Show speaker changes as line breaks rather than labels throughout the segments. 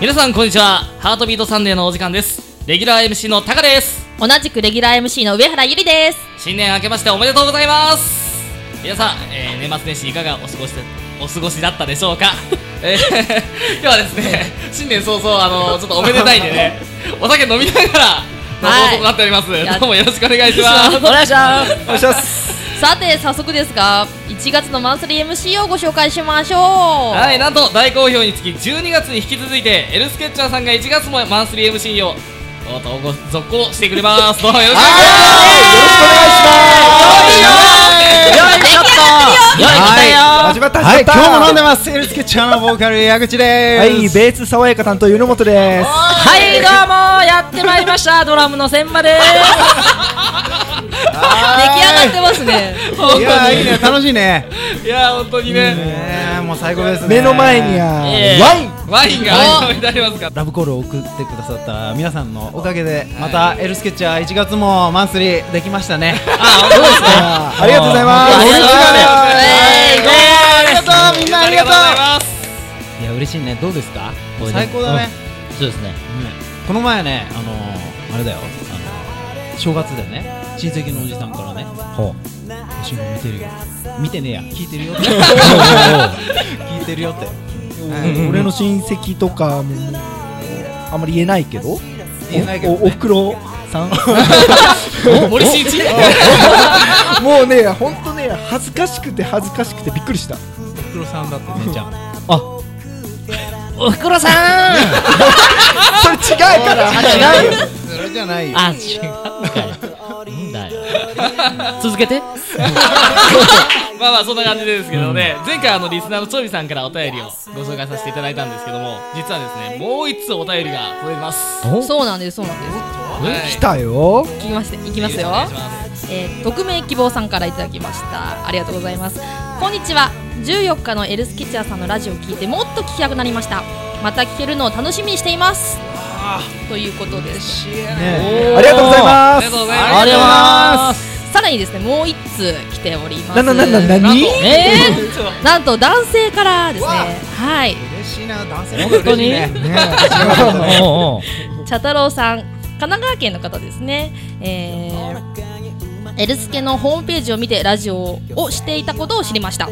皆さんこんにちはハートビートサンデーのお時間ですレギュラー MC のタカです
同じくレギュラー MC の上原ゆりです
新年明けましておめでとうございます皆さん、えー年末年始いかがお過ごしでお過ごしだったでしょうか、えー 今日はですね新年早々あのちょっとおめでたいんでねお酒飲みながらの放送となっております、
いや
どうもよろしくお願いします
お願いします
お願いします。
さて早速ですが1月のマンスリー MC をご紹介しましょう
はい、なんと大好評につき12月に引き続いてエルスケッチャーさんが1月もマンスリー MC をおっとご続行してくれますどうもよろしくお願いします
よ
いし
ろしくお願いします。
よいしょ
はい、始まった、
はい、今
始まった。
日も飲んでます。エルスケッチャーのボーカル矢口で
は
す。
い、ベース爽やか担当湯本です。
はいどうもやってまいりま したドラムの千馬です
出来上がってますね
いやいいね、楽しいね。
いやー本当にね
ねえもう最高ですね。
目の前にはワイン。
ワインが置いてありますから
ラブコールを送ってくださった皆さんのおかげで、またエルスケッチャー1月もマンスリーできましたね。
あ本当です
あーありがとうございます。
ありがとうございます
えー
はいありがとうみんなありがと
ありがとうご
う
ざいます
いや嬉しいね。どうですか？最高だね。
そうですね
ねこの前ね、あのー、あれだよ、あのー、正月でね、親戚のおじさんからね、
ほ
私も見てるよ、見てねえや、聞いてるよって、聞いてるよって、
う俺の親戚とかもあんまり言えないけど。
言えないけどね
おおお袋さん。
お森進一
もうね、本当ね、恥ずかしくて恥ずかしくてびっくりした。
おふくろさんだって、姉ちゃん、
おふくろさん
それ違うから。
違う
それじゃないよ、、
あ違うかいなんだよ 続けて
まあまあそんな感じですけどね、前回あのリスナーのちょびさんからお便りをご紹介させていただいたんですけども実はですねもう一つお便りが届いてます
そうなんですそうなんです
はい
来たよ。
聞きましていきますよ
お願いします
えー匿名希望さんからいただきましたありがとうございますこんにちは14日のエルスキッチャーさんのラジオを聞いてもっと聞きたくなりましたまた聞けるのを楽しみにしていますということです
ねありがとうござい
あ
ま
りがと
ありが
うございます
す。
とうございます
さらにですねもう一通来ております
ななななな
なん
に
と？
え
ちょっと
なんと男性からですねはい
嬉しいな、男性
本当に
嬉しいね
ー、おうおう
茶太郎さん神奈川県の方ですねえーエルスケのホームページを見てラジオをしていたことを知りました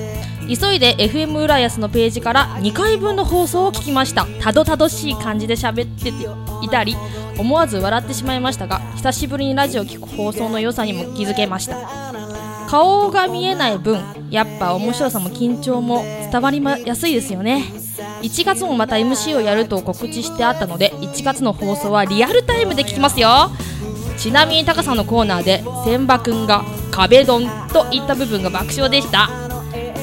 急いで FM 浦安のページから2回分の放送を聞きましたたどたどしい感じで喋っていたり思わず笑ってしまいましたが久しぶりにラジオを聞く放送の良さにも気づけました顔が見えない分やっぱ面白さも緊張も伝わりまやすいですよね1月もまた MC をやると告知してあったので1月の放送はリアルタイムで聞きますよちなみにタカさんのコーナーで千葉くんが壁ドンと言った部分が爆笑でした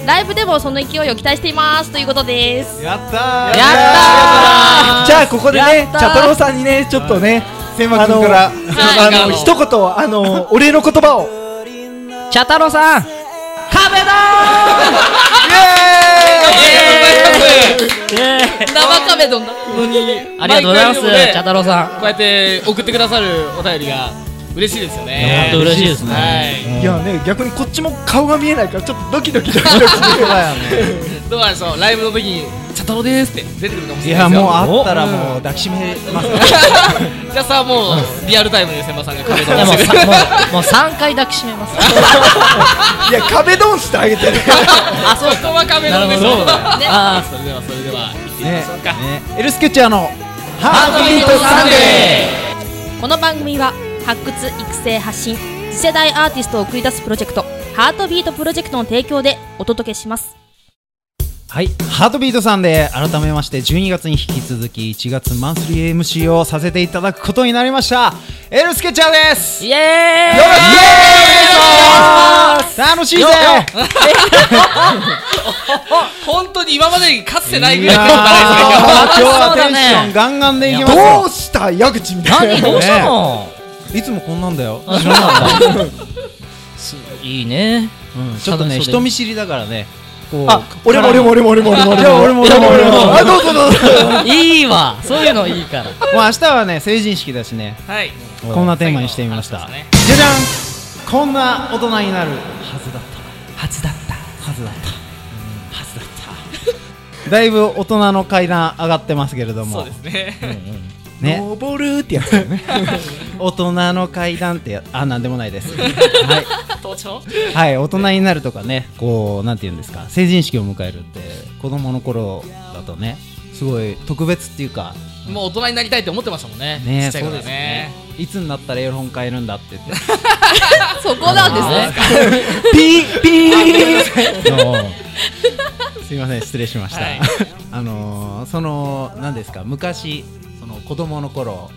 ライブでもその勢いを期待していますということです
やっ
やっ
たー、
たー
じゃあここでね
やっ、
茶
たー
太郎さんにね、ちょっとね、
千葉君から、
あの一言あのお礼の言葉を。
茶太郎さん壁だーイエーイ
生壁ドンだ
本当に
ありがとうございます
毎回でもね
茶太郎さ
こうやって送ってくださるお便りが嬉しいですよ
んいや
ね
本当嬉しいですね
はい
いやね、逆にこっちも顔が見えないからちょっとドキドキドキドキしてる
どうなんでしょうライブの時に「茶太郎です」って出てくるかもし
い
れな
や、
いですよ
もうあったらもう抱きしめますね、
じゃあさもうリアルタイムで千葉さんが壁ドン
でも
してくれ
さ
る
も うもう3回抱きしめます
いや壁ドンしてあげ てね
あそこは壁ドンでしょ
なるほどあ
それではそれでは行ってみま
ね
しょうか、
ねエルスケッチャーのハートビートサンデー。
ー
この番組は発掘育成発信次世代アーティストを送り出すプロジェクトハートビートプロジェクトの提供でお届けします
はい、ハートビートさんで改めまして12月に引き続き1月マンスリー MC をさせていただくことになりましたエルスケッチャーですイエーイ楽しいぜ
本当に今までにかつてないぐ
い
らい
やー
の
今日は
そう
テ
だ
ン
ね
ションガンガンでいきます
ど
よ
うした矢口みたい
何
な
どうしたの
いつもこんなんだよ
あ知らなかったすいいね
うんちょっとね
そうだ
人
ね
見知りだからねこう
あ、俺も俺も俺も俺も俺も俺も俺も
いや俺も俺も
あどうぞ どうぞ
いいわそういうのいいから
もう明日はね成人式だしね
はい
こんなテーマにしてみました
ね
じゃじゃんこんな大人になるはずだったはずだったはずだったはずだっ だいぶ大人の階段上がってますけれども
そうです ね、
ね
登るってやつだよね
大人の階段ってやあなんでもないですはい
盗聴
はい、大人になるとかね、こう、なんて言うんですか、成人式を迎えるって、子供の頃だとね、すごい特別っていうか、
もう大人になりたいって思ってましたもんね
ね、
ちっちゃい頃
そう
ね
ですね。いつになったらエロ本買えるんだって言って、
そこなんですね
ピーピーすいません、失礼しました。
はい
あのー、その、なんですか、昔、その子供の頃、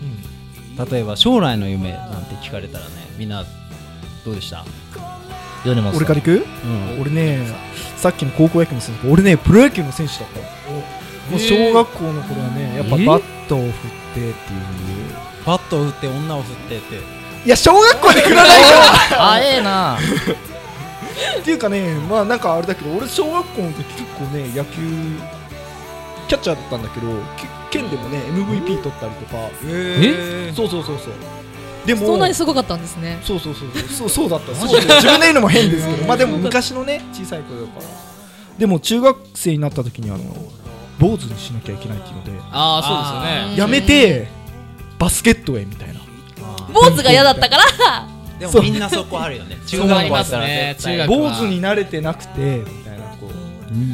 例えば将来の夢なんて聞かれたらね、みんな、どうでした
読んでます
俺から行く、
うん
俺ねさっきの高校野球の選手俺ねプロ野球の選手だったのもう小学校の頃はねやっぱ
えー
バットを振ってっていう
バットを振って女を振ってって、
いや小学校で振らないよ
あええな
っていうかねまあなんかあれだけど俺小学校の時結構ね野球キャッチャーだったんだけどけ県でもね MVP 取ったりとか、
え
そうそうそうそうでも
そんなにすごかったんですね
そうそうそう そうそうそうだったそう自分で言うのも変ですけどまあでも昔のね小さい頃だからでも中学生になった時にあの坊主にしなきゃいけないっていうので
ああそうですよね
あー
やめてバスケットへみたいな
坊主が嫌だったから
で
そ
も
う
みんなそこあるよね。中
そ
学
こあ
校
り
だ
ま
っ
す
たら
ね
絶対
中学
坊主になれてなくてみたいなこう
うん
い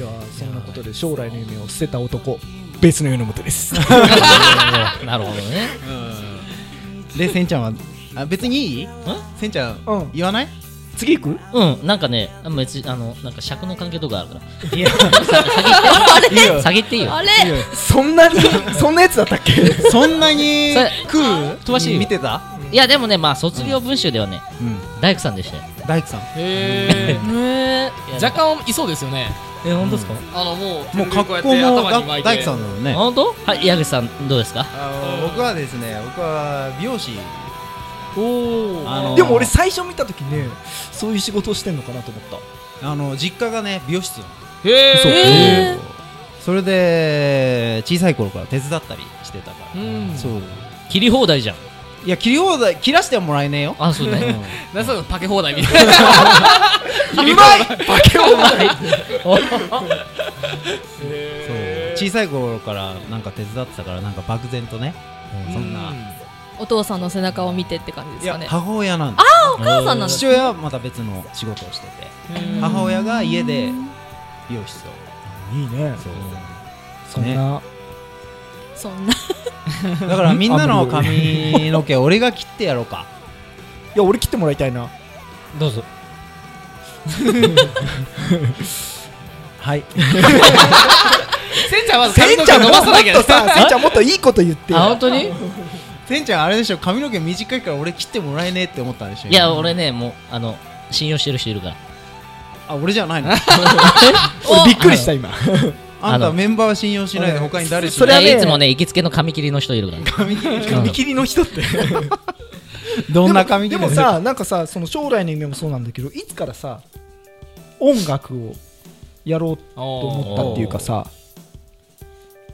やーそんなことで将来の夢を捨てた男ベースの世のもとです
なるほどね
で、せんちゃんは、あ、別にいい。せんちゃん、
うん
言わない。
次行く
うんなんかね別にあのなんか尺の関係とかあるから
いや、
いいよ下げていいよ
あれ
そん なにそんなやつだったっけ
そんなに
それ。
食う。
飛ばしていいよ
見てた。
いやでもねまあ卒業文集ではね
うん。
大工さんでしたよ
大工さん。
へえ
ね
若干いそうですよね
え本当ですか
あのもう手
もう
で
格
こやっ
好
て
も
頭に巻い
大
て
大工さんだもんね。
本当はい矢口さんどうですか
あの僕はですね、僕は美容師。
おお
あの
でも俺最初見た時ねそういう仕事をしてんのかなと思った
あの実家がね、美容室なの。
へえ
え
それで、小さい頃から手伝ったりしてたか
うん
ら。そう。
切り放題じゃん
いや、切り放題、切らしてはもらえねえよ。
あそう
う
ね
ん
何そのパケ放題みたいな
うまいバ ケオマイ
そう小さい頃からなんか手伝ってたからなんか漠然とね、そんな、
お父さんの背中を見てって感じで
い
すか
や
ね
母親なんです
お母さんなんです
父親はまた別の仕事をしてて母親が家で美容室を
いいね
そう
そんな
そんな
だからみんなの髪の毛俺が切ってやろう か
いや俺切ってもらいたいな
どうぞ
はい
せんちゃんはまず
せ
髪
ん
の
ち
毛
ゃん
伸
もも
ばさなき
っ
ゃ
とさせんちゃんもっといいこと言ってよ
あ 本当に
せんちゃんあれでしょ髪の毛短いから俺切ってもらえねえって思ったんでしょ
いや俺ねもうあの信用してる人いるから
あ俺じゃないの
俺びっくりした今
あんたメンバーは信用しないで他に誰し
それはね
いやいつもね行きつけの髪切りの人い るから
髪切り
うん
見切りの人って
どんな髪切
で
り
もでもさなんかさその将来の夢もそうなんだけどいつからさ音楽をやろうと思ったっていうかさ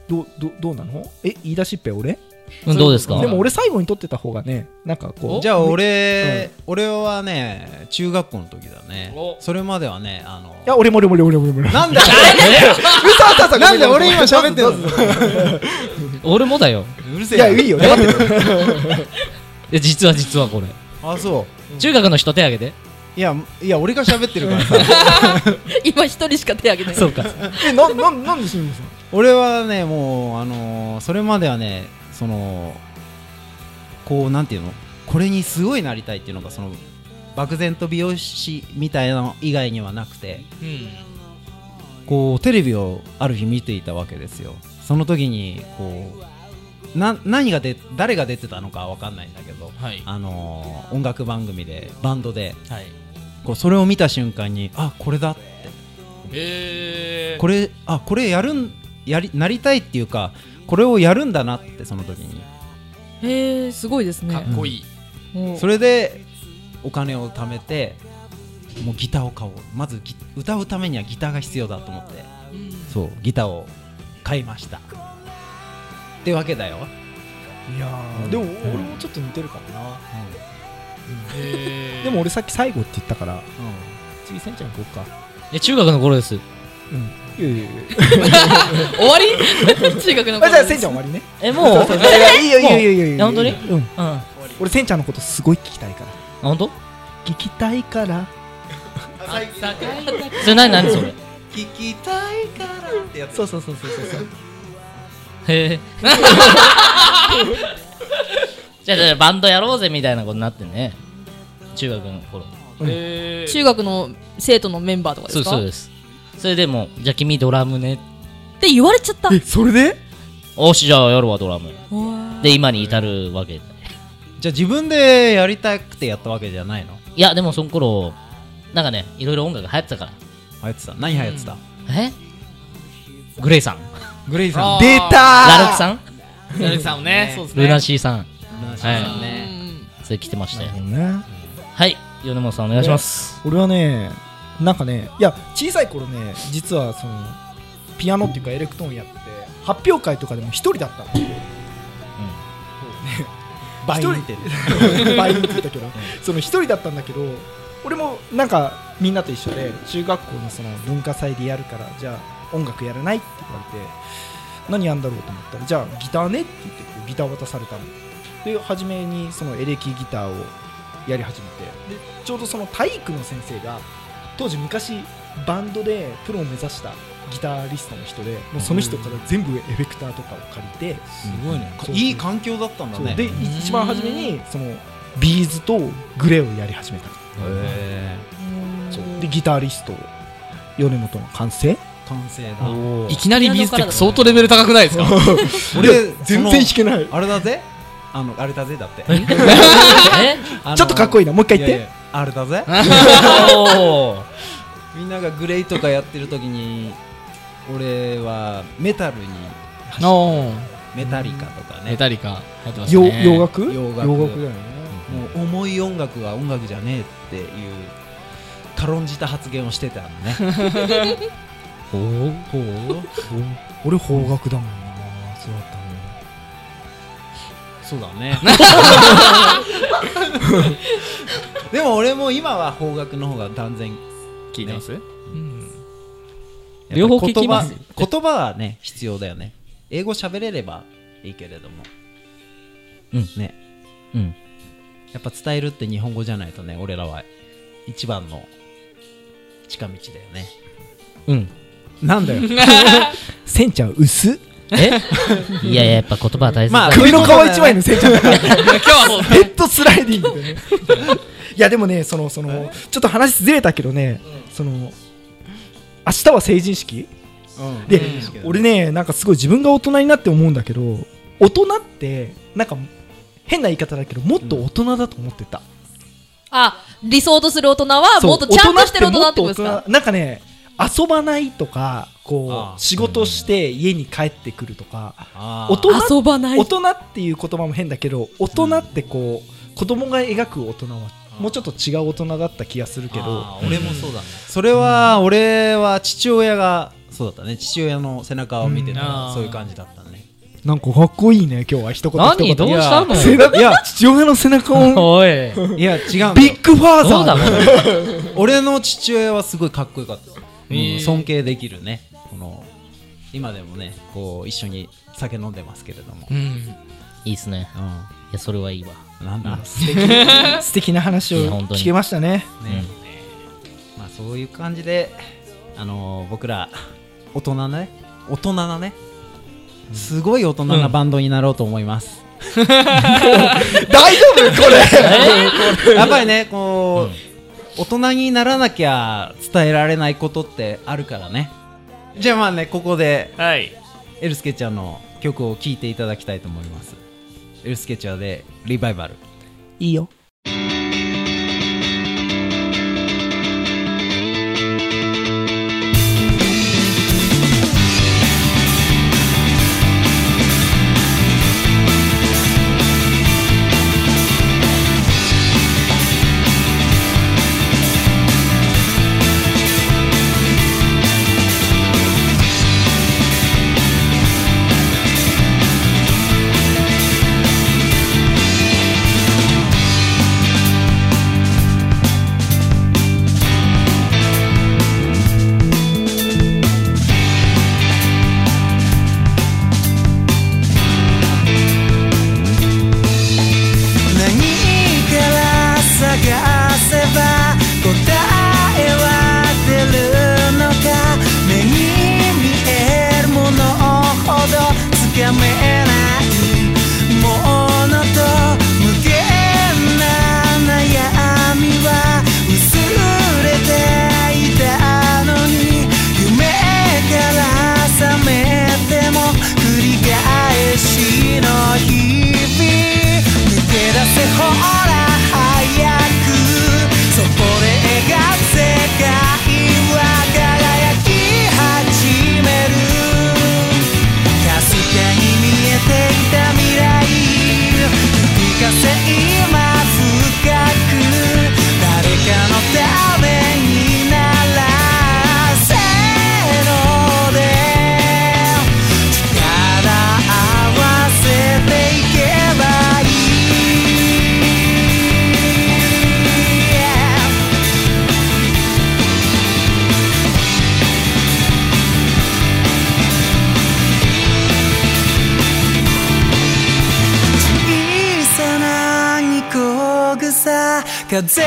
どうどうどうなのえ言い出しっぺ俺
うんどうですか
でも俺最後に撮ってた方がねなんかこう
じゃあ俺、俺はね中学校の時だね
お
それまではねあの
いや俺も俺も俺も俺も俺も
なんだよ
嘘嘘嘘
なんで俺今喋ってんの
どうぞどうぞ
俺もだよ
うるせ
い
え
やいいよ待ってる
え実は実はこれ
あそ
中学の人手挙げて
ういやいや俺が喋ってるからさ
今一人しか手挙げない
そうか
えなななんでしんさん
俺はねもうあのーそれまではねそのこうなんていうのこれにすごいなりたいっていうのがその漠然と美容師みたいなの以外にはなくて
うん
こうテレビをある日見ていたわけですよその時にこうな何がで誰が出てたのかわかんないんだけど、
はい
あのー音楽番組でバンドで
はい
こうそれを見た瞬間にあこれだって
へえ
これあこれやるんやりなりたいっていうかこれをやるんだなってその時に
へえすごいです
か
ね
っこいい
もう
それでお金を貯めてもうギターを買おうまずギ歌うためにはギターが必要だと思ってそうギターを買いましたってわけだよ、
いやーでも俺もちょっと似てるかもな
へー
でも俺さっき最後って言ったから次せんちゃん行こうか
え中学の頃です
うんいやいやいや
終わり中学の
あ
頃
じゃあせんちゃん終わりね
え もう
いやいやいいよいいよいいよいいよいいよ
本当に
うん
うん
俺せんちゃんのことすごい聞きたいから
本当
聞きたいから
それ何何それへ
聞きたいからってやつ
そうそうそうそうそう
え じゃあじゃあバンドやろうぜみたいなことになってね中学の頃
えー
中学の生徒のメンバーとかで
そ
す
う
か
そうですそれでもうじゃあ君ドラムね
って言われちゃった
えそれで
おしじゃあやるわドラム
わ
で今に至るわけだ
じゃあ自分でやりたくてやったわけじゃないの
いやでもその頃なんかねいろいろ音楽流行ってたから
流行ってた何流行ってた、
えグレイさん
グレイさ
あ
ん
ー
出
ラルク
た
さん
ラルクさんもねそうですね
ルナシーさん
うん
は
ー
いそれ来てましたよ
ーね
はい米本さんお願いします
俺はねなんかねいや小さい頃ね実はそのピアノっていうかエレクトーンやってて発表会とかでも一人だったの
バイン
一人
ってる
倍にって言ったけど、その一人だったんだけど俺もなんかみんなと一緒で中学校のその文化祭でやるからじゃあ音楽やらないって言われて何やんだろうと思ったらじゃあギターねって言ってこうギター渡されたので初めにそのエレキギターをやり始めてでちょうどその体育の先生が当時昔バンドでプロを目指したギタリストの人でもうその人から全部エフェクターとかを借りて
すごいね
そう
いい環境だったんだ
そう
ねへ
で一番初めにそのビーズとグレーをやり始めた
え
そうでギタリスト米本の完成
完成だ
いきなりビーズテック相当レベル高くない ですか
俺
全然弾けない
あれだぜあのあれだぜだって
え
あの
ちょっとかっこいいなもう一回言って
ややあれだぜ
おー
みんながグレイとかやってる時に俺はメタルに
おー
メタリカとかね
メタリカ入ってました
洋
ね
洋楽
洋楽
だよね
もう重い音楽は音楽じゃねえっていう軽んじた発言をしてたのね
ほーほ
俺邦楽だもんなそうだったね
そうだね でも俺も今は邦楽の方が断然
聞いてます
両方聞きます
やっぱり言葉言葉はね必要だよね英語喋れればいいけれども
うん
ね
うん
やっぱ伝えるって日本語じゃないとね俺らは一番の近道だよね
うん
なんだよ
せんちゃん薄っ
えいやいややっぱ言葉は大切
まあ
だ
首の皮一枚のせんちゃんだから
今日はそうです
ヘッドスライディングでねいやでもねそのそのちょっと話ずれたけどねその明日は成人式
うん
で
うん
俺ねなんかすごい自分が大人になって思うんだけど大人ってなんか変な言い方だけどもっと大人だと思ってた、
あ理想とする大人は
そう
もっとちゃんとしてる大人ってことです
大人
か
なんかね遊ばないとかこ
ああ
う仕事して家に帰ってくるとか、
あー
大人
遊ばない
大人っていう言葉も変だけど大人ってこう、子供が描く大人はもうちょっと違う大人だった気がするけど
あー俺もそうだねそれは俺は父親がそうだったね父親の背中を見てた
う
ら
ん
そういう感じだったね
なんかかっこいいね今日は一言一
何
言
どうしたの
背中いや父親の背 中を
おい
いや違うんだ
ビッグファーザ
そう
ーだ
だもん
俺の父親はすごいかっこよかった、
ー
うん尊敬できるねこの今でもねこう一緒に酒飲んでますけれども、
うん
いいっすね
う
いやそれはいいわ
ん、なんだ、
素敵素敵な話
いや
を
本当に
聞けましたね
ね、まあそういう感じであのー僕ら大人なね大人なねすごい大人なバンドになろうと思います、
大丈夫これ
やっぱりねこう、大人にならなきゃ伝えられないことってあるからねじゃあまあねここで
はい
エルスケちゃんの曲を聴いていただきたいと思いますエルスケチャーでリバイバル
いいよ
「
ないものと無限な悩みは薄れていたのに夢から覚めても繰り返しの日々抜け出せほら早くそこで描く世界は輝き始めるかすかに見えていた未来吹かせ今深く誰かのためにならせので力合わせていけばいい小さな二個草風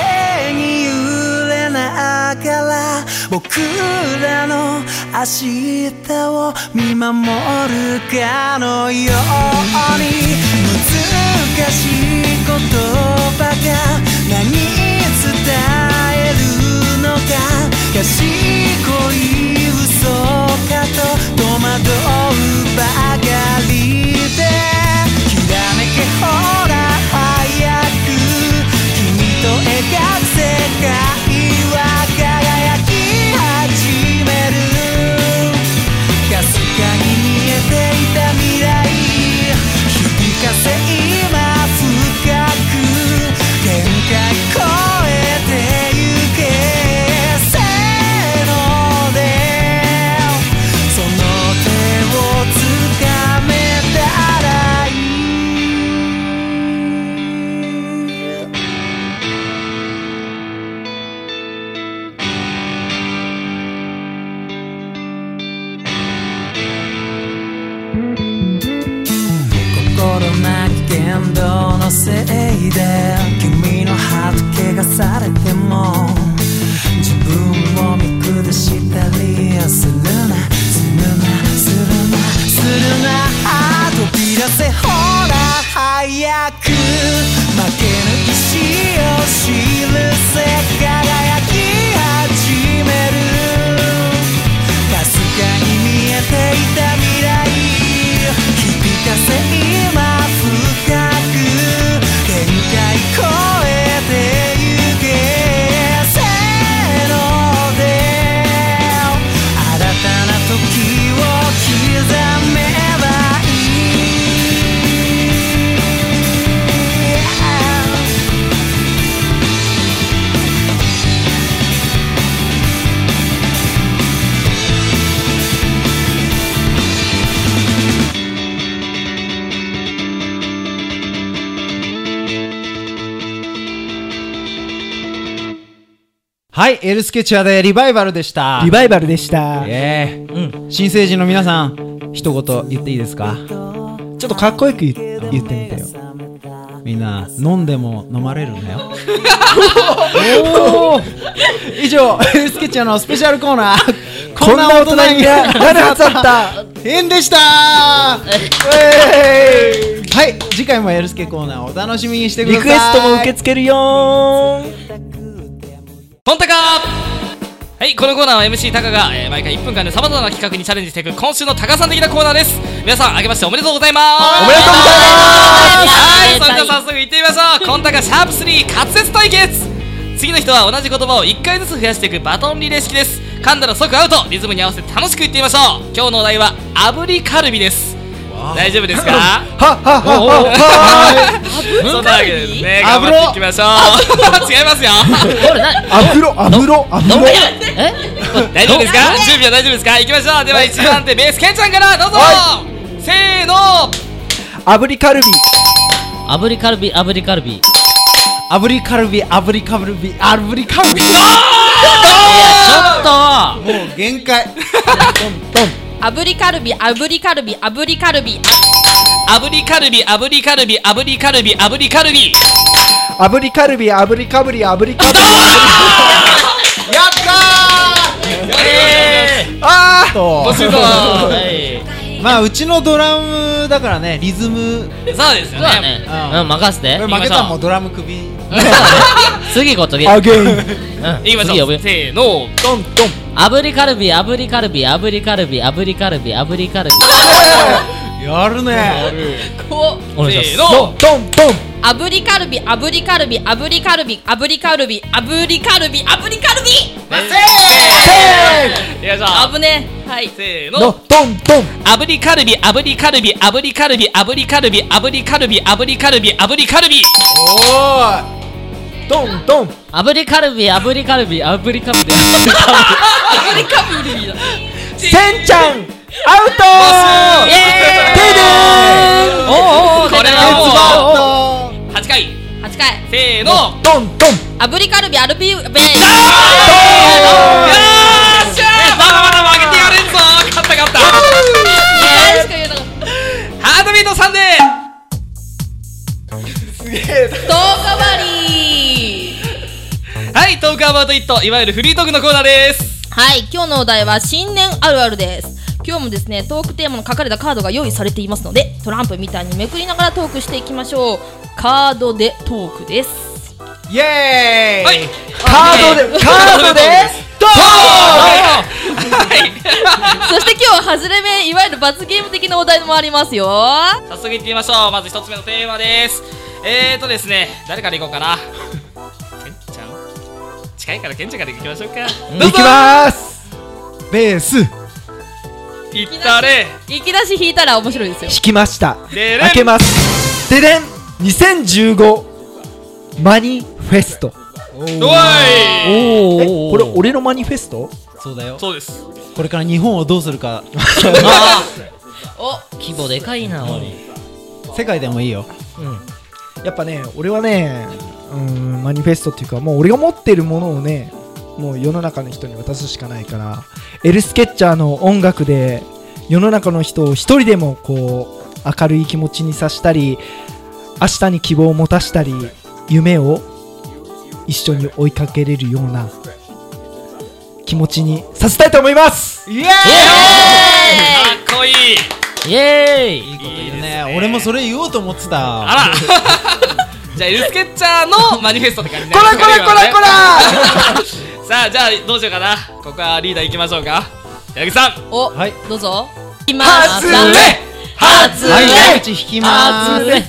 に揺れながら僕らの明日を見守るかのように難しい言葉が何伝えるのか賢い嘘かと戸惑うばかりできらめけほら早く君と描く世界は輝き始めるかすかに見えていた未来響かせ今深く限界超えてゆけせーのでその手を掴めたらいい心なき言動のせいで君の歯けがされても自分を見下したりするなするなするなするなあ飛び出せほら早く負けぬ意志を知るせ輝き始めるかすかに見えていた未来響かせ今深く限界超えてゆけせーので新たな時を刻めばいい
はいエルスケチュアでリバイバルでした
リバイバルでしたち
ええ新成人の皆さん一言言っていいですか
ょっとかっこよく言言ってみたよ
みんな飲んでも飲まれるんだよ おー以上エルスケチュアのスペシャルコーナーこんな大人になるはずだった変でしたはい次回もエルスケコーナーお楽しみにしてください
付けるよー
コンタカはい、このコーナーは MC タカが、えー毎回1分間で様々な企画にチャレンジしていく今週のタカさん的なコーナーです皆さん、あけましておめでとうございますおめでとうございますはい、それでは早速行ってみましょうコンタカシャープ3滑舌対決次の人は同じ言葉を1回ずつ増やしていくバトンリレー式です噛んだら即アウトリズムに合わせて楽しく言ってみましょう今日のお題は炙りカルビです大丈夫ですか
はっはっはっは
そんなわけでですね
炙
頑
ろ
張っていきましょう違いますよ
これな
アフロアフロアフロ
え
大丈夫ですか準備は大丈夫ですか行きましょうでは一番手ベースケンちゃんからどうぞせーの
炙りカルビ
炙りカルビ炙りカルビ
炙りカルビ炙りカルビ炙りカルビ
ち
もう限界
炙りカルビ炙りカルビ炙りカルビ
炙りカルビ炙りカルビ炙りカルビ炙りカルビ
炙りカルビ炙りカブリ炙りカブリ
やった
え
ーと
ー、欲しいぞ
ょっとはい
まあうちのドラム
だからねリズム
そうですよ
そうだ
ね
ね
うん
うん任せて
きましょう
負けたらもうドラム首
次こっちで
アゲイン
うん
いきまし
次
ょ
呼
う
ぶ
せ
よ
ーの
ドンドン
炙りカルビ炙りカルビ炙りカルビ炙りカルビ炙りカルビ
やるね
こう
お願いします
せー
ド
の
ンドンドン
炙りカルビ炙りカルビ炙りカルビ炙りカルビ炙りカルビ炙りカルビ
せーのよいしょ
あぶねはい
せー
ド
の
ンドン
炙りカルビ炙りカルビ炙りカルビ炙りカルビ炙りカルビ炙りカルビ炙りカルビ
ドンドン
炙りカルビ炙りカルビ炙りカルビ
炙りカルビだ
せんちゃんアウト
イエーイおーおーこれはもう8回
8回
せーの
ドンドン
炙りカルビアルビ
よー
ベ
っしゃーまだまだ負けてやれんぞ勝った勝った
ーしか言えなかっ
ハードビートさんで
たトークバリー
はいトークアバウトイットいわゆるフリートークのコーナーです
はい今日のお題は新年あるあるです今日もですねトークテーマの書かれたカードが用意されていますのでトランプみたいにめくりながらトークしていきましょうカードでトーク です
イエ
はい
カードでカードでド
はい
そして今日は外れ目いわゆる罰ゲーム的なお題もありますよは
早速いってみましょうまず一つ目のテーマですえーとですね誰からいこうかなケンちゃん近いからケンちゃんからいきましょうか
ーいきますベース
いったれ
いきなし引いたら面白いですよ
引きました
でれん
開けますででん2015マニフェスト
おい
お
え
ー
これ俺のマニフェスト
そうだよ
そうです
これから日本をどうす るか
お
規模でかいなおい
世界でもいいよ
やっぱね俺はねうーんマニフェストっていうかもう俺が持ってるものをねもう世の中の人に渡すしかないからエル・スケッチャーの音楽で世の中の人を一人でもこう明るい気持ちにさしたり明日に希望を持たしたり夢を一緒に追いかけれるような気持ちにさせたいと思います
イエーイ
かっこいい
イエーイ
いいこと言う
いいですね
ね俺もそれ言おうと思ってた
あら じゃあエルスケッチャーのマニフェストって感じね
こらこらこらこら
さあじゃあどうしようかなここはリーダーいきましょうか柳さん
お、
はい
どうぞいきま
は
す
ずれ
初
はい
は
口引きま
ず
す
れ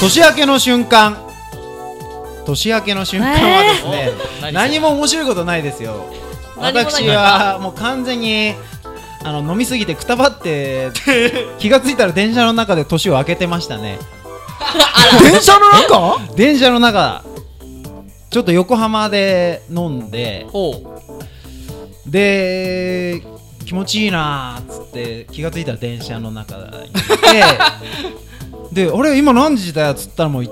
年明けの瞬間年明けの瞬間はですね、
えー
何も面白いことないですよ
何もない
私はもう完全にあの飲みすぎてくたばって 気がついたら電車の中で年を明けてましたね
電車の中
電車の中ちょっと横浜で飲んで
ほ
で気持ちいいなーっつって気がついたら電車の中に いてであれ今何時だよっつったらもう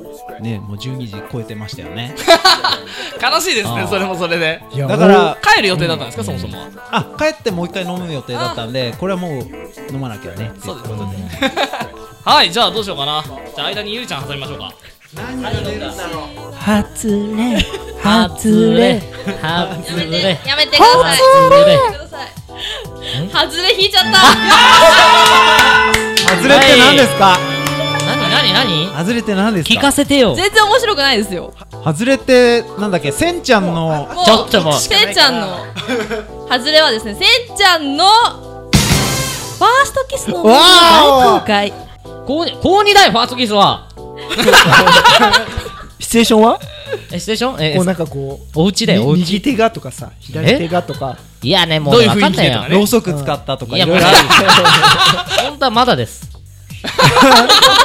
ねもう12時超えてましたよね
う悲しいです
あ
ね
ー
それもそれで
いや
だから
帰る予定だったんですか、そもそもは
あ帰ってもう一回飲む予定だったんでこれはもう飲まなきゃねっていうことで
はいじゃあどうしようかなじゃあ間にゆりちゃん挟みましょうか
何が出るんだろう
初恋
初れ初
やめて
れ
やめてください
外れ
やめてくださいはずれ引いちゃった
外れって何ですか
何何何
外れって何です
聞か
か
せて よ
全然面白くないですよ
外れってなんだっけせんちゃんの
もう
ちょっともう
せんちゃ んのはずれはですねせんちゃんのファーストキスの大公開
高二高二だよファーストキスは
シチュエーションは
えステーションえ
こうなんかこう
お家だよお
み
家
右手がとかさ左手がとか
いやねもう
どう
ね
いう
分か
雰囲
ん
気
ない
で
よ
とかね
ろうそく使ったとか
い
い
や
ろ
もう
いろあ
本当はまだです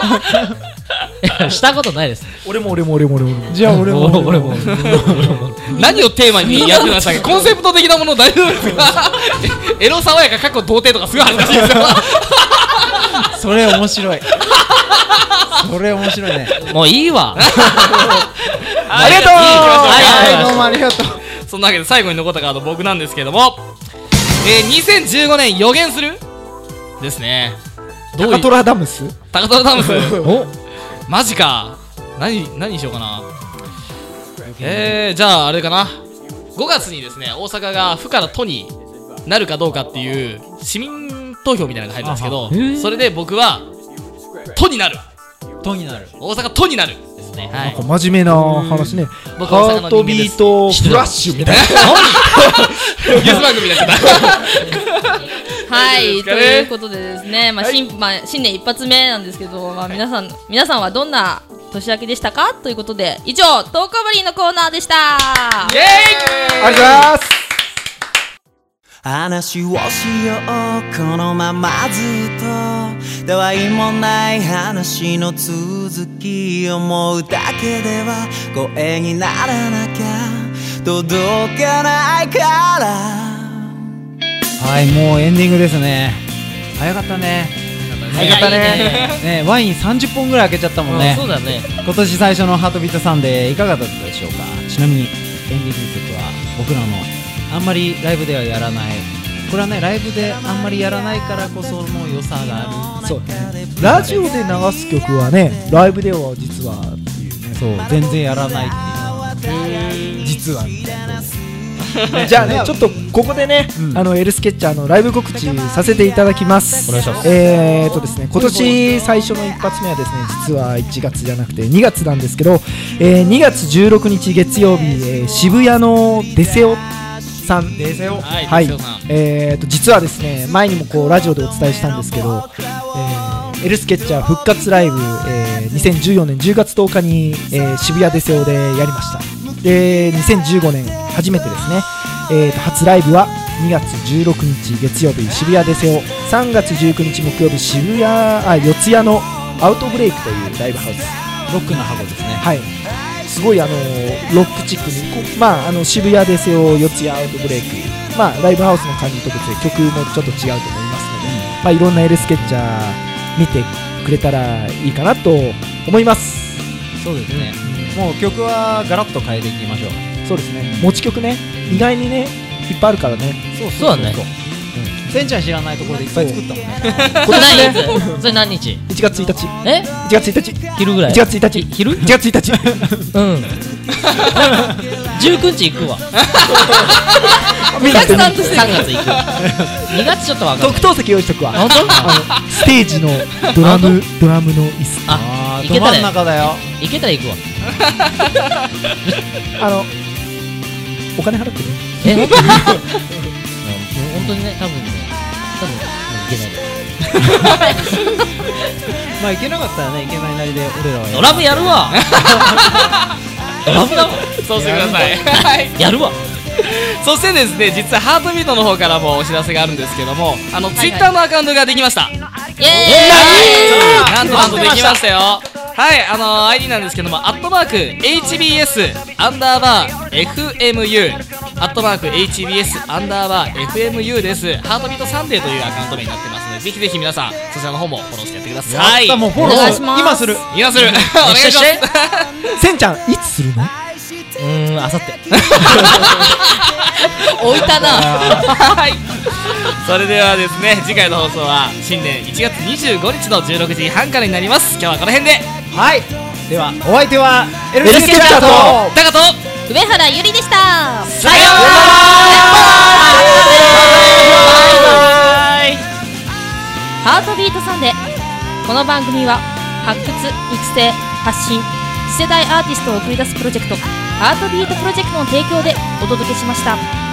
したことないです
俺も俺も俺も俺も
るじゃあ俺も
俺も
何をテーマにやってましたっけコンセプト的なもの大丈夫ですか エロ爽やか過去童貞とかすごい恥ずかしいですよ
それ面白いそれ面白 いね
もういいわ
ありがとう
はい
はいどうもありがとう
そんなわけで最後に残ったカード僕なんですけども、えー、2015年予言するですねどうい
高トラダムス
高田ダムス
お
マジか何何にしようかなえー、じゃああれかな5月にですね大阪が府から都になるかどうかっていう市民投票みたいなのが入るんですけ
あ
ど
はへー
それで僕は都になる
とになる
大阪都になるですねはい
なんか真面目な話ね
僕は大
ハ
阪
ー
の
ト
人間で
ビ
す
ートフラッシュみたいな
ニュース番組になっちゃった
はい、
大
と
丈夫ですかね
いうことでですね、まあ、新、まあ、新年一発目なんですけど、まあ、皆さん、皆さんはどんな年明けでしたかということで、以上、トークバリーのコーナーでした。
イエーイ
ありがとう
話をしようこのままずっとたわいもない話の続き思うだけでは声にならなきゃ届かないから
はいもうエンディングですね早かったね
早
かったね
ねワイン30本ぐらい開けちゃったもんね
そうだね
今年最初の「ハートビートサンデー」いかがだったでしょうかちなみにエンディング曲は僕らのあんまりライブではやらないこれはねライブであんまりやらないからこその良さがある
そうねラジオで流す曲はねライブでは実はっていうね
そう全然やらないっていう
実 はじゃあねちょっとここでね、
うん
あのエルスケッチャーのライブ告知させていただきます
お願いします
えーとですね今年最初の一発目はですね実は1月じゃなくて2月なんですけど、えー2月16日月曜日、えー渋谷のデセオさんデセオ
はい
はい
デセオさん
えーと実はですね前にもこうラジオでお伝えしたんですけど、えーエルスケッチャー復活ライブ、えー2014年10月10日に、えー渋谷デセオでやりましたで2015年初めてですね、えーと初ライブは2月16日月曜日渋谷デセオ3月19日木曜日渋谷あ四谷のアウトブレイクというライブハウス
ロックな箱ですね
はい、すごいあのロックチックに、こうまあ、あの渋谷でせよ四谷アウトブレイク、まあ、ライブハウスの感じと別に曲もちょっと違うと思いますので、まあ、いろんなエルスケッチャー見てくれたらいいかなと思います。
そうですねもう曲はガラッと変えていきましょう
そうですね持ち曲ね意外にねいっぱいあるから ね
そう
そうだね
せんちゃん知らないところでいっぱい作ったもんね
今
そ
年
れ何
ね
日それ何日
1月1日1
え
月1日
昼ぐらい
1月1日
昼
1月1日
うん19日行くわ
見に来て
たくさん
3月行く2月ちょっとわかんない
特等席用意しとくわ
本
あのステージのドラムドラムの椅子
あ
ー
行けた
ど真ん
ら
中だよ
行けたら行くわ
あのお金払ってね
えうん本当にね多分ね多分うん行けない
まあいけなかったらねいけないなりで俺らは
ドラムやるわドラムだわ
そうしてくださいはい
やるわ
そしてですね実はハートビートの方からもお知らせがあるんですけどもあのツイッターのアカウントができました
イエーイ
なんとなんとできましたよはいあの ID なんですけどもアットマーク HBS アンダーバー FMU アットマーク HBS アンダーバー FMU ですハートビートサンデーというアカウント名になってますのでぜひぜひ皆さんそちらの方もフォローしてやってください
もうフォロ
お願
ー
いします
今する
今する お願いします
して
せんちゃんいつするの
うーんあさって
置いたな。
はいそれではですね次回の放送は新年1月25日の16時半からになります今日はこの辺で
はいではお相手はエル
エルスケッチャーと
タカと
上原ゆりでした。
さようならバイバイ
ハートビートサンデーこの番組は発掘育成発信次世代アーティストを送り出すプロジェクトハートビートプロジェクトの提供でお届けしました